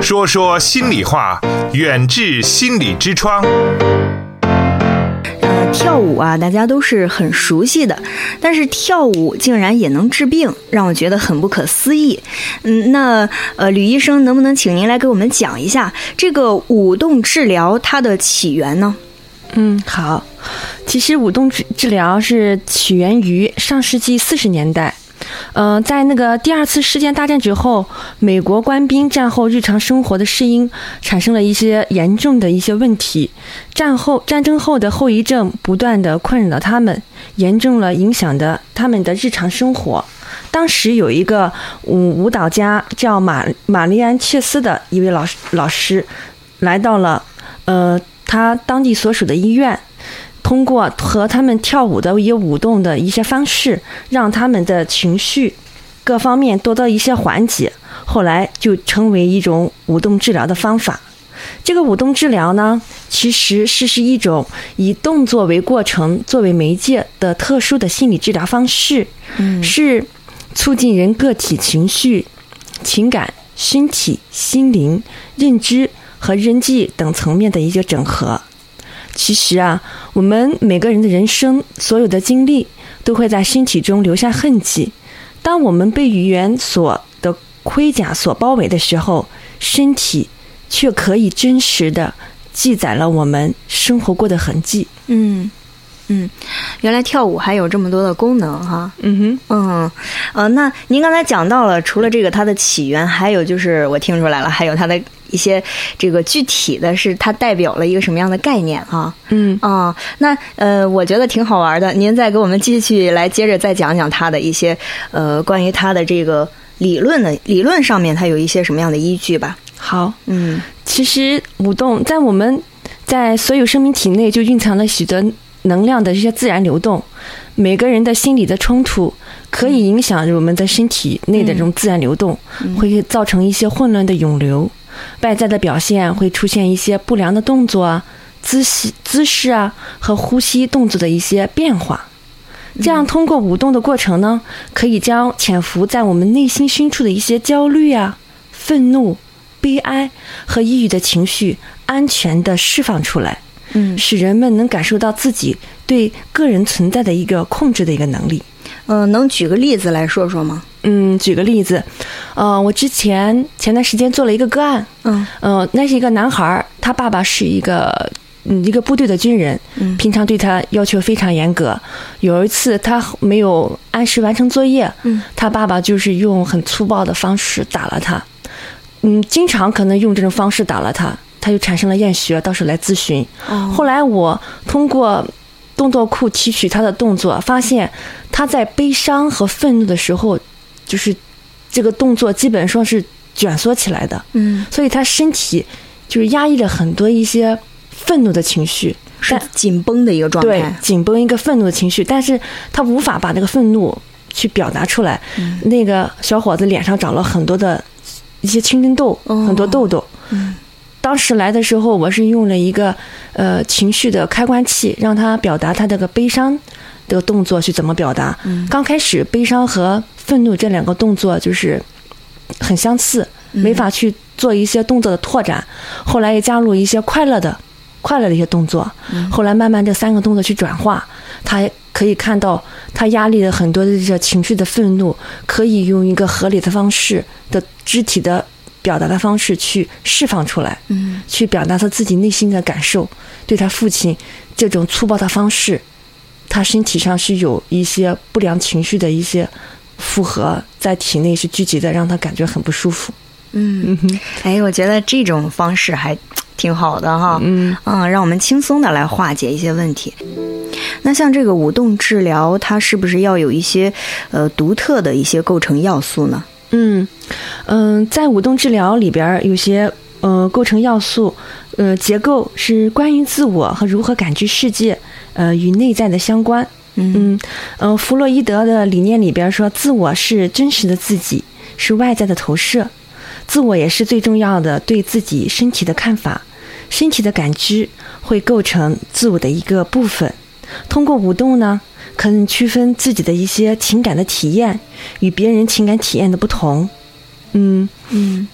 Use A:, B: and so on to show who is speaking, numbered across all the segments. A: 说说心里话，远至心理之窗。
B: 呃，跳舞啊，大家都是很熟悉的，但是跳舞竟然也能治病，让我觉得很不可思议。嗯，那呃，吕医生能不能请您来给我们讲一下这个舞动治疗它的起源呢？
C: 嗯，好。其实舞动治治疗是起源于上世纪四十年代。嗯、呃，在那个第二次世界大战之后，美国官兵战后日常生活的适应产生了一些严重的一些问题，战后战争后的后遗症不断的困扰他们，严重了影响的他们的日常生活。当时有一个舞舞蹈家叫马玛丽安切斯的一位老师老师，来到了呃他当地所属的医院。通过和他们跳舞的一些舞动的一些方式，让他们的情绪各方面得到一些缓解，后来就成为一种舞动治疗的方法。这个舞动治疗呢，其实是是一种以动作为过程作为媒介的特殊的心理治疗方式，嗯、是促进人个体情绪、情感、身体、心灵、认知和人际等层面的一个整合。其实啊，我们每个人的人生所有的经历都会在身体中留下痕迹。当我们被语言所的盔甲所包围的时候，身体却可以真实的记载了我们生活过的痕迹。
B: 嗯。嗯，原来跳舞还有这么多的功能哈。
C: 嗯
B: 哼，嗯，呃，那您刚才讲到了，除了这个它的起源，还有就是我听出来了，还有它的一些这个具体的是它代表了一个什么样的概念啊？
C: 嗯
B: 啊、嗯，那呃，我觉得挺好玩的。您再给我们继续来接着再讲讲它的一些呃关于它的这个理论的理论上面，它有一些什么样的依据吧？
C: 好，
B: 嗯，
C: 其实舞动在我们在所有生命体内就蕴藏了许多。能量的这些自然流动，每个人的心理的冲突可以影响我们的身体内的这种自然流动，嗯、会造成一些混乱的涌流。外在的表现会出现一些不良的动作啊、姿势、姿势啊和呼吸动作的一些变化。这样通过舞动的过程呢，可以将潜伏在我们内心深处的一些焦虑啊、愤怒、悲哀和抑郁的情绪安全的释放出来。
B: 嗯，
C: 使人们能感受到自己对个人存在的一个控制的一个能力。
B: 嗯、呃，能举个例子来说说吗？
C: 嗯，举个例子，呃，我之前前段时间做了一个个案，
B: 嗯，
C: 呃，那是一个男孩，他爸爸是一个嗯一个部队的军人，
B: 嗯，
C: 平常对他要求非常严格。有一次他没有按时完成作业，
B: 嗯，
C: 他爸爸就是用很粗暴的方式打了他，嗯，经常可能用这种方式打了他。他就产生了厌学，到时候来咨询。
B: 哦、
C: 后来我通过动作库提取他的动作，发现他在悲伤和愤怒的时候，就是这个动作基本上是卷缩起来的。
B: 嗯，
C: 所以他身体就是压抑着很多一些愤怒的情绪，
B: 是紧绷的一个状态。
C: 对，紧绷一个愤怒的情绪，但是他无法把那个愤怒去表达出来。
B: 嗯、
C: 那个小伙子脸上长了很多的一些青春痘，
B: 哦、
C: 很多痘痘。
B: 嗯。
C: 当时来的时候，我是用了一个呃情绪的开关器，让他表达他这个悲伤的动作去怎么表达。
B: 嗯、
C: 刚开始，悲伤和愤怒这两个动作就是很相似，没法去做一些动作的拓展。
B: 嗯、
C: 后来也加入一些快乐的、快乐的一些动作。
B: 嗯、
C: 后来慢慢这三个动作去转化，他可以看到他压力的很多的这些情绪的愤怒，可以用一个合理的方式的肢体的。表达的方式去释放出来，
B: 嗯，
C: 去表达他自己内心的感受，对他父亲这种粗暴的方式，他身体上是有一些不良情绪的一些负荷在体内是聚集的，让他感觉很不舒服。
B: 嗯，哎，我觉得这种方式还挺好的哈，
C: 嗯
B: 嗯，让我们轻松的来化解一些问题。那像这个舞动治疗，它是不是要有一些呃独特的一些构成要素呢？
C: 嗯嗯、呃，在舞动治疗里边有些呃构成要素，呃结构是关于自我和如何感知世界，呃与内在的相关。
B: 嗯
C: 嗯呃，弗洛伊德的理念里边说，自我是真实的自己，是外在的投射，自我也是最重要的对自己身体的看法，身体的感知会构成自我的一个部分。通过舞动呢，可以区分自己的一些情感的体验与别人情感体验的不同。嗯
B: 嗯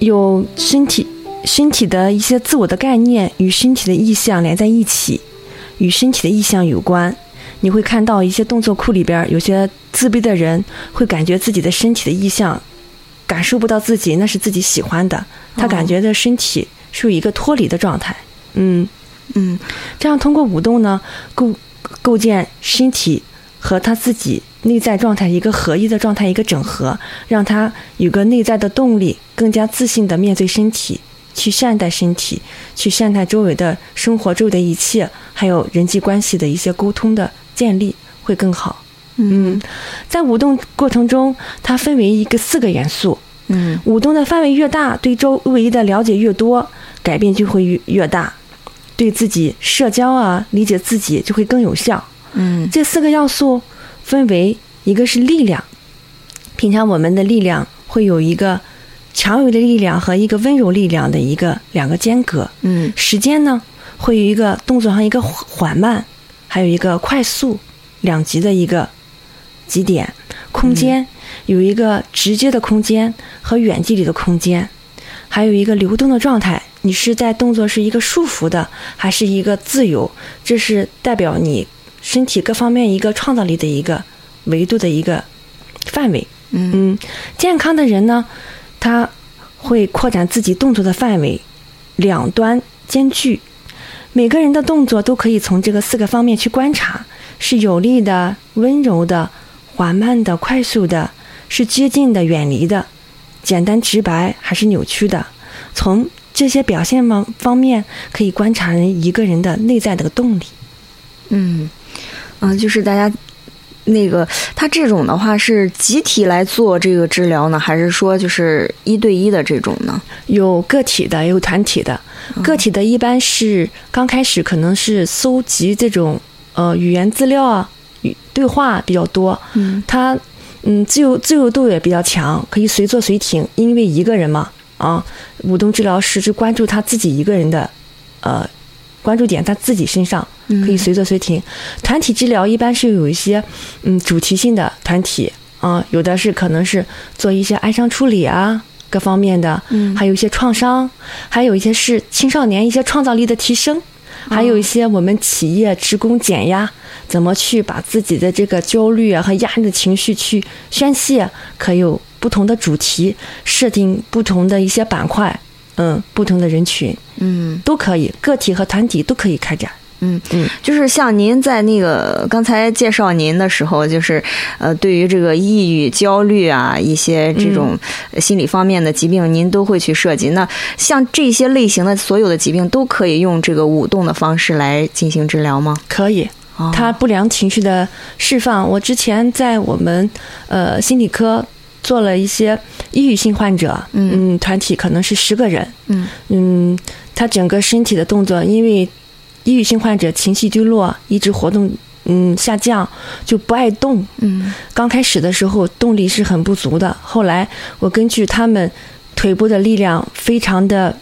C: 有身体身体的一些自我的概念与身体的意象连在一起，与身体的意象有关。你会看到一些动作库里边儿，有些自卑的人会感觉自己的身体的意象，感受不到自己那是自己喜欢的，他感觉的身体是有一个脱离的状态。嗯，
B: 嗯
C: 这样通过舞动呢，构构建身体和他自己内在状态一个合一的状态，一个整合，让他有个内在的动力，更加自信的面对身体，去善待身体，去善待周围的生活、周围的一切，还有人际关系的一些沟通的建立会更好。嗯，在舞动过程中，它分为一个四个元素，
B: 嗯
C: 舞动的范围越大，对周围的了解越多，改变就会越越大，对自己社交啊，理解自己就会更有效。
B: 嗯
C: 这四个要素分为一个是力量，平常我们的力量会有一个强有的力量和一个温柔力量的一个两个间隔，
B: 嗯
C: 时间呢会有一个动作上一个缓缓慢，还有一个快速两级的一个极点，空
B: 嗯
C: 间、有一个直接的空间和远距离的空间，还有一个流动的状态。你是在动作是一个束缚的，还是一个自由？这是代表你身体各方面一个创造力的一个维度的一个范围。
B: 嗯
C: 嗯，健康的人呢，他会扩展自己动作的范围，两端兼具。每个人的动作都可以从这个四个方面去观察，是有力的、温柔的、缓慢的、快速的，是接近的、远离的，简单直白还是扭曲的。从这些表现方方面，可以观察人一个人的内在的动力。
B: 嗯嗯，就是大家。那个，他这种的话是集体来做这个治疗呢，还是说就是一对一的这种呢？
C: 有个体的，有团体的。个体的一般是刚开始可能是搜集这种呃语言资料啊、语对话比较多，
B: 嗯
C: 它嗯自由自由度也比较强，可以随做随停，因为一个人嘛啊，舞动治疗师只关注他自己一个人的呃关注点，他自己身上
B: 嗯
C: 可以随做随停。团体治疗一般是有一些嗯主题性的团体啊、有的是可能是做一些哀伤处理啊各方面的，
B: 嗯
C: 还有一些创伤，还有一些是青少年一些创造力的提
B: 哦
C: 升，还有一些我们企业职工减压，怎么去把自己的这个焦虑啊和压力的情绪去宣泄，可有不同的主题，设定不同的一些板块，嗯，不同的人群
B: 嗯
C: 都可以，个体和团体都可以开展。
B: 嗯
C: 嗯，
B: 就是像您在那个刚才介绍您的时候，就是呃，对于这个抑郁、焦虑啊，一些这种
C: 嗯
B: 心理方面的疾病，您都会去涉及。那像这些类型的所有的疾病，都可以用这个舞动的方式来进行治疗吗？
C: 可以，
B: 哦
C: 它不良情绪的释放。我之前在我们呃心理科做了一些抑郁性患者，
B: 嗯
C: 嗯，团体可能是十个人，
B: 嗯
C: 嗯，他整个身体的动作，因为抑郁性患者情绪低落，意志活动嗯下降，就不爱动。
B: 嗯
C: 刚开始的时候动力是很不足的，后来我根据他们腿部的力量，非常的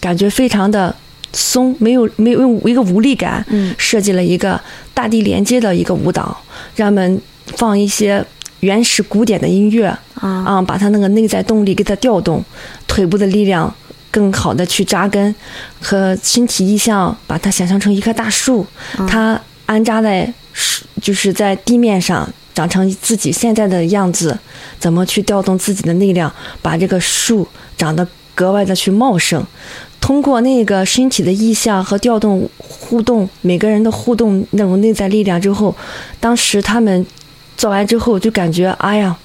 C: 感觉非常的松，没有没有用一个无力感，
B: 嗯
C: 设计了一个大地连接的一个舞蹈，让他们放一些原始古典的音乐，
B: 啊
C: 啊，把他那个内在动力给他调动，腿部的力量更好的去扎根，和身体意象把它想象成一棵大树，它安扎在树就是在地面上。长成自己现在的样子，怎么去调动自己的力量，把这个树长得格外的去茂盛？通过那个身体的意向和调动互动，每个人的互动那种内在力量之后，当时他们做完之后就感觉，哎呀，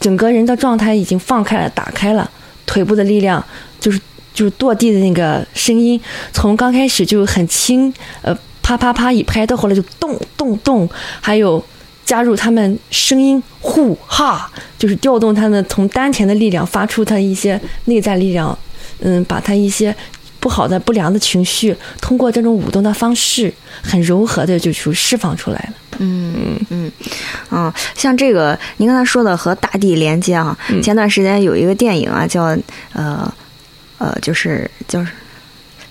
C: 整个人的状态已经放开了，打开了，腿部的力量就是就是跺地的那个声音，从刚开始就很轻，呃，啪啪啪一拍，到后来就咚咚咚，还有加入他们声音呼哈，就是调动他们从丹田的力量发出他一些内在力量，嗯，把他一些。不好的、不良的情绪，通过这种舞动的方式，很柔和的就去释放出来了。
B: 嗯嗯啊，像这个您刚才说的和大地连接啊，
C: 嗯
B: 前段时间有一个电影啊，叫呃呃，就是叫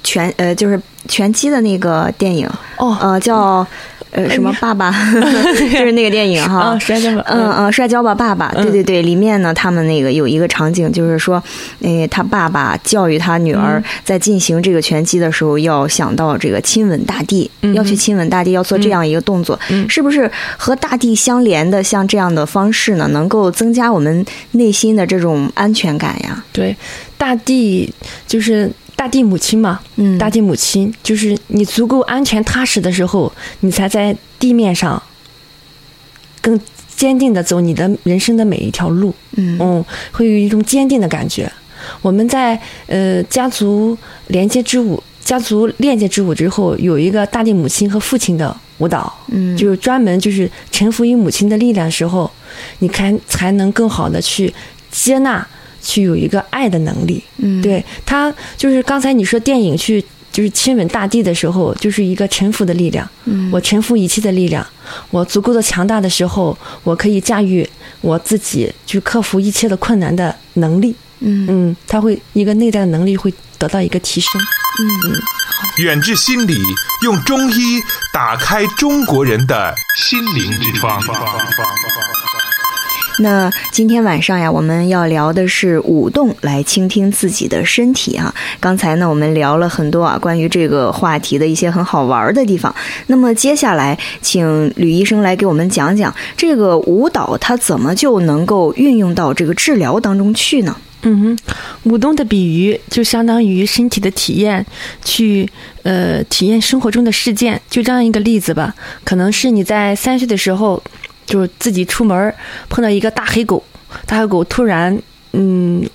B: 拳呃就是拳击的那个电影，
C: 哦，
B: 呃叫呃什么爸 爸，就是那个电影哈
C: 啊，。摔跤吧，
B: 嗯嗯，摔跤吧，爸爸，对对对，里面呢，他们那个有一个场景，就是说，诶、他爸爸教育他女
C: 嗯
B: 儿在进行这个拳击的时候，要想到这个亲吻大地，
C: 嗯哼
B: 要去亲吻大地，要做这样一个动作，
C: 嗯
B: 是不是和大地相连的，像这样的方式呢，能够增加我们内心的这种安全感呀？
C: 对，大地就是大地母亲嘛，
B: 嗯，
C: 大地母亲就是你足够安全踏实的时候，你才在地面上更坚定的走你的人生的每一条路。
B: 嗯
C: 嗯，会有一种坚定的感觉。我们在呃家族连接之舞、家族链接之舞之后，有一个大地母亲和父亲的舞蹈，
B: 嗯，
C: 就是专门就是臣服于母亲的力量的时候，你看才能更好的去接纳，去有一个爱的能力。
B: 嗯
C: 对他就是刚才你说电影去就是亲吻大地的时候，就是一个臣服的力量。
B: 嗯
C: 我臣服一切的力量，我足够的强大的时候，我可以驾驭我自己去克服一切的困难的能力。
B: 嗯嗯
C: 嗯，他会一个内在的能力会得到一个提升。
B: 嗯
A: 远志心理用中医打开中国人的心灵之窗。
B: 那今天晚上呀，我们要聊的是舞动来倾听自己的身体啊。刚才呢，我们聊了很多啊关于这个话题的一些很好玩的地方。那么接下来，请吕医生来给我们讲讲这个舞蹈它怎么就能够运用到这个治疗当中去呢？
C: 嗯哼，舞动的比喻就相当于身体的体验，去呃体验生活中的事件。就这样一个例子吧，可能是你在三岁的时候，就是自己出门儿碰到一个大黑狗，大黑狗突然嗯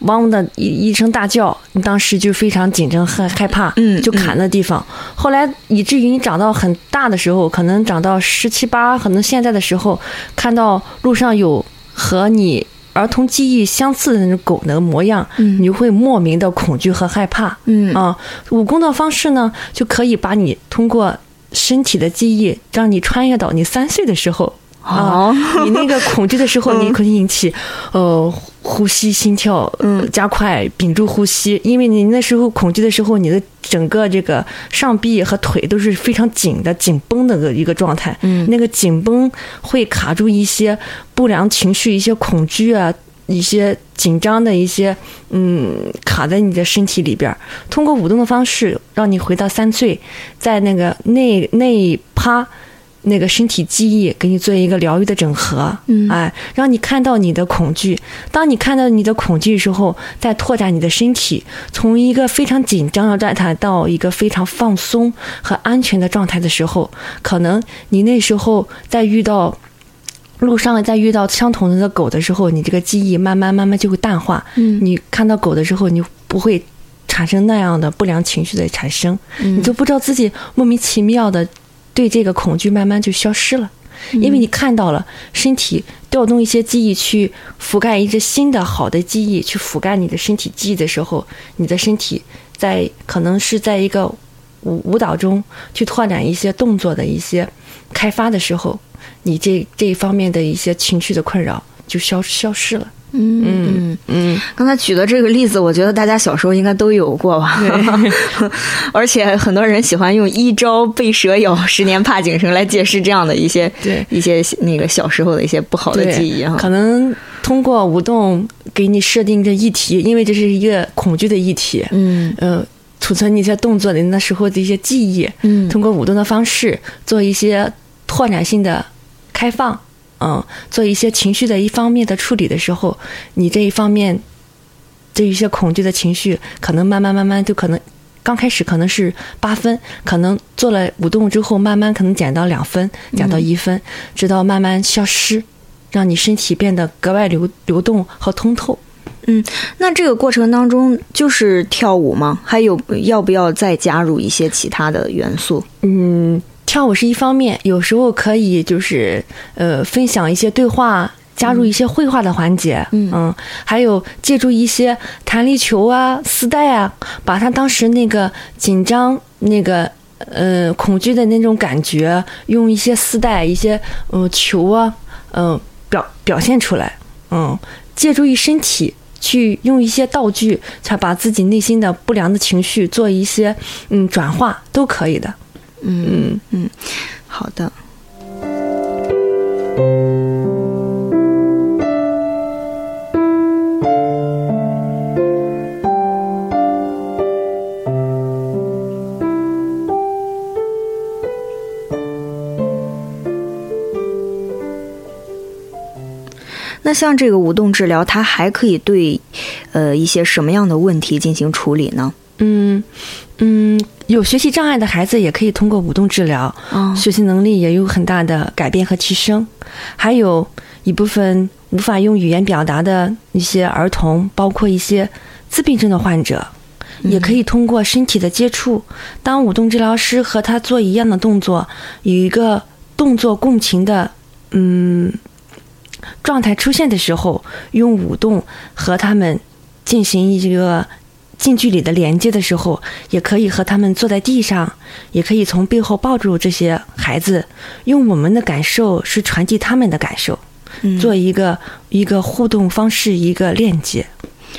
C: 汪汪的一一声大叫，你当时就非常紧张害害怕，
B: 嗯
C: 就砍的地方。后来以至于你长到很大的时候，可能长到十七八，可能现在的时候，看到路上有和你儿童记忆相似的那种狗的模样，
B: 嗯
C: 你就会莫名的恐惧和害怕。
B: 嗯
C: 啊，武功的方式呢，就可以把你通过身体的记忆，让你穿越到你三岁的时候。 啊
B: 哦，
C: 你那个恐惧的时候，你可以引起，呃，呼吸、心跳
B: 嗯
C: 加快，屏住呼吸，因为你那时候恐惧的时候，你的整个这个上臂和腿都是非常紧的、紧绷的一个状态。
B: 嗯
C: 那个紧绷会卡住一些不良情绪、一些恐惧啊、一些紧张的一些嗯卡在你的身体里边儿。通过舞动的方式，让你回到三岁，在那个内内趴。那个身体记忆给你做一个疗愈的整合，
B: 嗯
C: 哎，让你看到你的恐惧。当你看到你的恐惧的时候，再拓展你的身体，从一个非常紧张的状态到一个非常放松和安全的状态的时候，可能你那时候在遇到路上在遇到相同的狗的时候，你这个记忆慢慢慢慢就会淡化。
B: 嗯
C: 你看到狗的时候，你不会产生那样的不良情绪的产生，
B: 嗯
C: 你就不知道自己莫名其妙的对这个恐惧慢慢就消失了。因为你看到了身体调动一些记忆去覆盖一些新的好的记忆，去覆盖你的身体记忆的时候，你的身体在可能是在一个舞舞蹈中去拓展一些动作的一些开发的时候，你这这一方面的一些情绪的困扰就消消失了。
B: 嗯嗯。
C: 嗯，
B: 刚才举的这个例子，我觉得大家小时候应该都有过吧。 而且很多人喜欢用“一朝被蛇咬，十年怕井绳”来解释这样的一些
C: 对
B: 一些那个小时候的一些不好的
C: 对，
B: 记忆啊。
C: 可能通过舞动给你设定这议题，因为这是一个恐惧的议题。
B: 嗯
C: 呃，储存你一些动作的那时候的一些记忆，
B: 嗯
C: 通过舞动的方式做一些拓展性的开放，嗯，做一些情绪的一方面的处理的时候，你这一方面这一些恐惧的情绪，可能慢慢慢慢就可能。刚开始可能是八分，可能做了舞动之后，慢慢可能减到两分，减到一分，直到慢慢消失，让你身体变得格外流流动和通透。
B: 嗯，那这个过程当中就是跳舞吗？还有要不要再加入一些其他的元素？
C: 嗯，跳舞是一方面，有时候可以就是呃分享一些对话，加入一些绘画的环节，
B: 嗯
C: 还有借助一些弹力球啊、丝带啊，把他当时那个紧张那个。呃，恐惧的那种感觉，用一些丝带、一些嗯、呃球啊，嗯、表表现出来，嗯，借助于身体去用一些道具，才把自己内心的不良的情绪做一些嗯转化，都可以的。嗯
B: 嗯，好的。那像这个无动治疗，它还可以对，呃，一些什么样的问题进行处理呢？
C: 嗯嗯，有学习障碍的孩子也可以通过舞动治疗，
B: 哦
C: 学习能力也有很大的改变和提升。还有一部分无法用语言表达的一些儿童，包括一些自闭症的患者，也可以通过身体的接触，当舞动治疗师和他做一样的动作，有一个动作共情的嗯状态出现的时候，用舞动和他们进行一个近距离的连接的时候，也可以和他们坐在地上，也可以从背后抱住这些孩子，用我们的感受是传递他们的感受，
B: 嗯
C: 做一个一个互动方式，一个链接。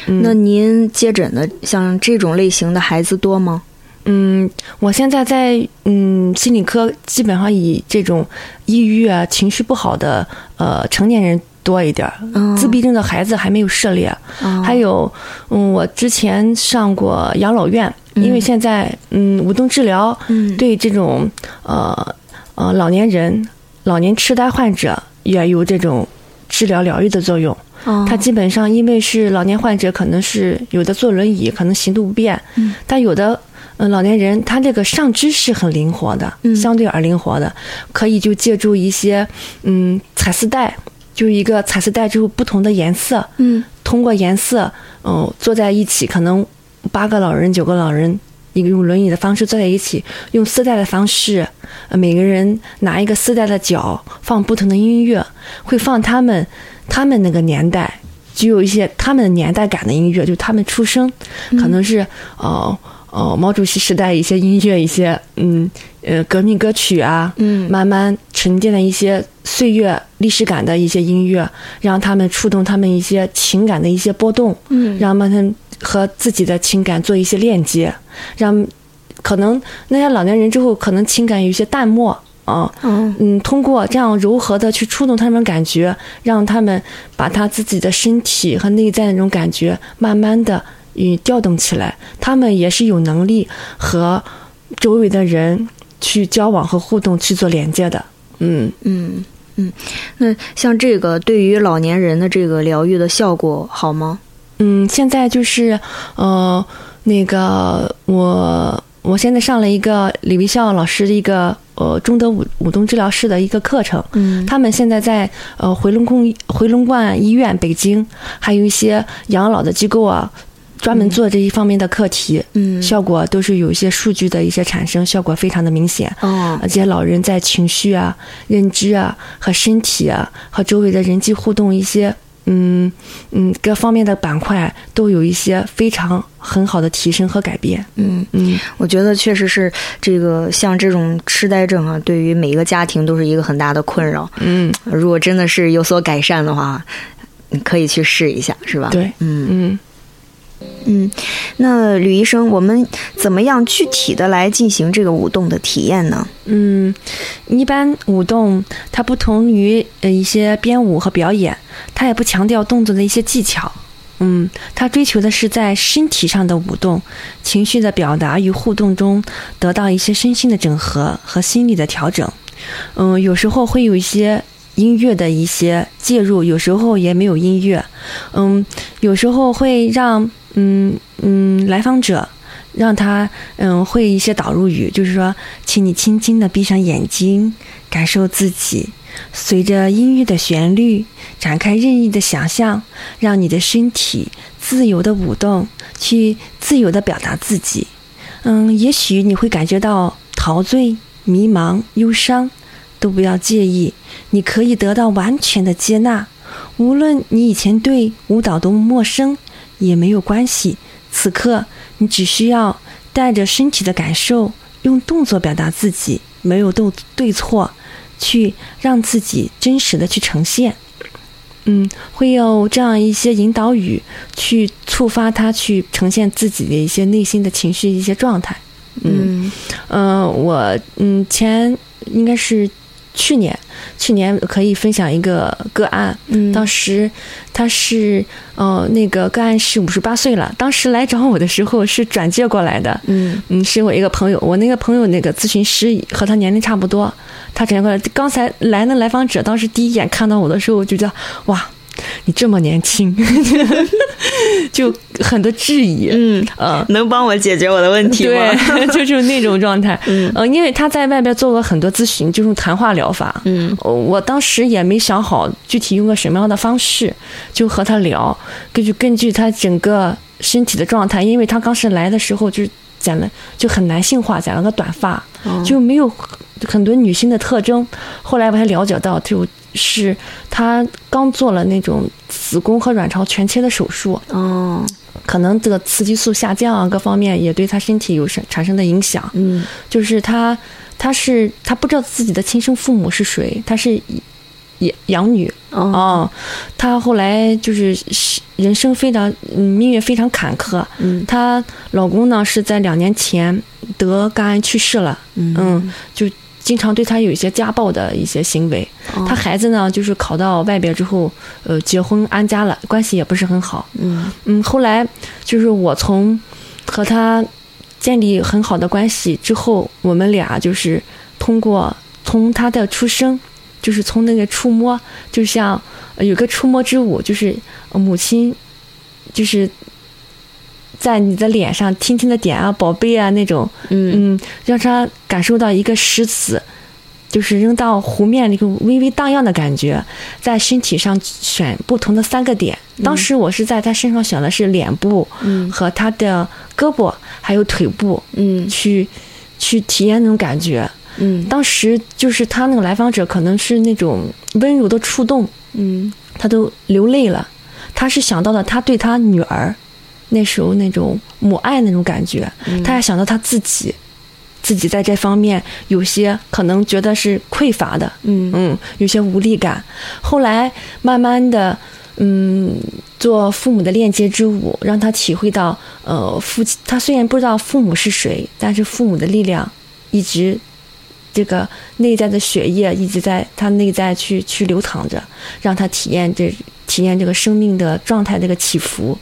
C: 嗯
B: 那您接诊的像这种类型的孩子多吗？
C: 嗯，我现在在嗯心理科，基本上以这种抑郁啊、情绪不好的呃成年人多一点儿，
B: 嗯
C: 自闭症的孩子还没有涉猎。
B: 哦
C: 还有，嗯，我之前上过养老院，因为现在嗯无动治疗
B: 嗯
C: 对这种呃呃老年人、老年痴呆患者也有这种治疗疗愈的作用。
B: 哦
C: 他基本上因为是老年患者，可能是有的坐轮椅，可能行动不便，
B: 嗯
C: 但有的。嗯，老年人他这个上肢是很灵活的，
B: 嗯
C: 相对而灵活的，可以就借助一些嗯彩丝带，就一个彩丝带之后不同的颜色，
B: 嗯
C: 通过颜色，嗯、坐在一起，可能八个老人、九个老人，一个用轮椅的方式坐在一起，用丝带的方式，呃每个人拿一个丝带的脚，放不同的音乐，会放他们他们那个年代，具有一些他们的年代感的音乐，就他们出生，可能是呃呃毛主席时代一些音乐，一些嗯呃革命歌曲啊，
B: 嗯
C: 慢慢沉淀的一些岁月历史感的一些音乐，让他们触动他们一些情感的一些波动，
B: 嗯
C: 让他们和自己的情感做一些链接，让可能那些老年人之后可能情感有一些淡漠啊，
B: 哦
C: 嗯，通过这样柔和的去触动他们感觉，让他们把他自己的身体和内在的那种感觉，慢慢的与调动起来。他们也是有能力和周围的人去交往和互动，去做连接的。嗯，
B: 嗯嗯，那像这个对于老年人的这个疗愈的效果好吗？
C: 嗯，现在就是呃，那个我我现在上了一个李维笑老师的一个呃中德舞舞动治疗师的一个课程，
B: 嗯
C: 他们现在在呃回龙观回龙观医院北京，还有一些养老的机构啊，专门做这一方面的课题，
B: 嗯
C: 效果都是有一些数据的一些产生，效果非常的明显。
B: 哦
C: 而且老人在情绪啊、认知啊和身体啊和周围的人际互动一些，嗯嗯各方面的板块都有一些非常很好的提升和改变。
B: 嗯，
C: 嗯
B: 我觉得确实是这个像这种痴呆症啊，对于每一个家庭都是一个很大的困扰。
C: 嗯，
B: 如果真的是有所改善的话，你可以去试一下，是吧？
C: 对，
B: 嗯
C: 嗯。
B: 嗯。那吕医生，我们怎么样具体的来进行这个舞动的体验呢？
C: 嗯，一般舞动它不同于呃一些编舞和表演，它也不强调动作的一些技巧。嗯，它追求的是在身体上的舞动、情绪的表达与互动中得到一些身心的整合和心理的调整。嗯，有时候会有一些音乐的一些介入，有时候也没有音乐。嗯，有时候会让嗯嗯来访者让他嗯会一些导入语，就是说，请你轻轻地闭上眼睛，感受自己，随着音乐的旋律展开任意的想象，让你的身体自由的舞动，去自由的表达自己。嗯，也许你会感觉到陶醉、迷茫、忧伤，都不要介意，你可以得到完全的接纳。无论你以前对舞蹈多么陌生，也没有关系。此刻，你只需要带着身体的感受，用动作表达自己，没有对对错，去让自己真实的去呈现。嗯，会有这样一些引导语，去触发他去呈现自己的一些内心的情绪、一些状态。嗯，呃，我嗯前应该是去年，去年可以分享一个个案，
B: 嗯
C: 当时他是呃那个个案是五十八岁了，当时来找我的时候是转介过来的，
B: 嗯
C: 嗯，是我一个朋友，我那个朋友那个咨询师和他年龄差不多，他转过来，刚才来的来访者当时第一眼看到我的时候，我就觉得哇，你这么年轻， 就很多质疑，
B: 嗯，
C: 呃，
B: 能帮我解决我的问题吗？
C: 对，就是那种状态，
B: 嗯
C: 呃，因为他在外边做过很多咨询，就是谈话疗法，
B: 嗯
C: 呃我当时也没想好具体用个什么样的方式，就和他聊，根据根据他整个身体的状态，因为他刚是来的时候就是剪了就很男性化，剪了个短发，就没有很多女性的特征。后来我还了解到，就是他刚做了那种子宫和卵巢全切的手术，
B: 哦，
C: 可能这个雌激素下降啊，各方面也对他身体有产产生的影响。
B: 嗯
C: 就是他，他是他不知道自己的亲生父母是谁，他是养养女啊、
B: 哦
C: 他后来就是是人生非常，嗯命运非常坎坷。
B: 嗯
C: 她老公呢是在两年前得肝癌去世了，嗯，就经常对她有一些家暴的一些行为。
B: 哦
C: 她孩子呢就是考到外边之后，呃，结婚安家了，关系也不是很好。
B: 嗯
C: 嗯，后来就是我从和他建立很好的关系之后，我们俩就是通过从他的出生，就是从那个触摸，就像呃有个触摸之舞，就是呃母亲就是在你的脸上轻轻的点啊，宝贝啊那种，
B: 嗯
C: 嗯，让他感受到一个石子，就是扔到湖面那个微微荡漾的感觉，在身体上选不同的三个点。当时我是在他身上选的是脸部
B: 嗯
C: 和他的胳膊，还有腿部，
B: 嗯
C: 去去体验那种感觉。
B: 嗯
C: 当时就是他那个来访者可能是那种温柔的触动，
B: 嗯
C: 他都流泪了。他是想到了他对他女儿那时候那种母爱那种感觉，他还想到他自己，自己在这方面有些可能觉得是匮乏的，
B: 嗯
C: 嗯，有些无力感。后来慢慢的，嗯，做父母的链接之舞，让他体会到，呃，父亲他虽然不知道父母是谁，但是父母的力量一直。这个内在的血液一直在他内在去去流淌着，让他体验这体验这个生命的状态这个起伏，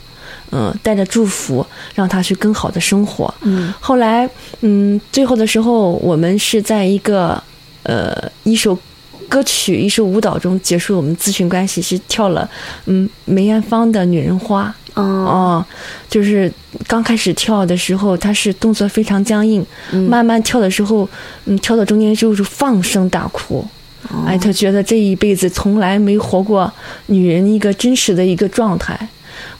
C: 嗯、带着祝福让他去更好的生活。
B: 嗯
C: 后来，嗯，最后的时候，我们是在一个呃一首歌曲、一首舞蹈中结束我们咨询关系，是跳了嗯梅艳芳的《女人花》
B: 哦
C: 哦，就是刚开始跳的时候，她是动作非常僵硬，
B: 嗯
C: 慢慢跳的时候，嗯，跳到中间之后是放声大哭。哎，她觉得这一辈子从来没活过女人一个真实的一个状态，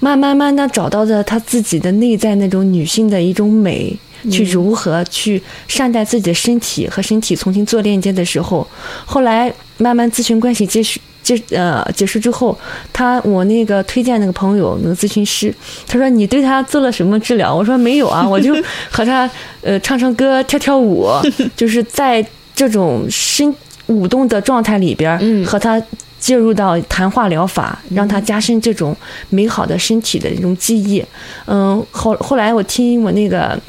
C: 慢慢慢的找到了她自己的内在那种女性的一种美，去如何去善待自己的身体和身体重新做链接的时候，后来慢慢咨询关系结束结呃结束之后，他我那个推荐那个朋友那个咨询师，他说你对他做了什么治疗？我说没有 啊，我就和他呃唱唱歌跳跳舞，就是在这种身舞动的状态里边儿，
B: 嗯
C: 和他。介入到谈话疗法，让他加深这种美好的身体的一种记忆。嗯，后后来我听我那个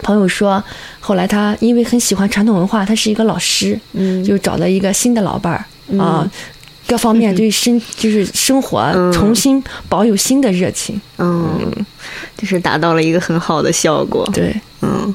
C: 朋友说，后来他因为很喜欢传统文化，他是一个老师，
B: 嗯
C: 就找了一个新的老伴儿、啊，各方面对生、就是生活
B: 嗯
C: 重新保有新的热情。
B: 嗯，就是达到了一个很好的效果。
C: 对，
B: 嗯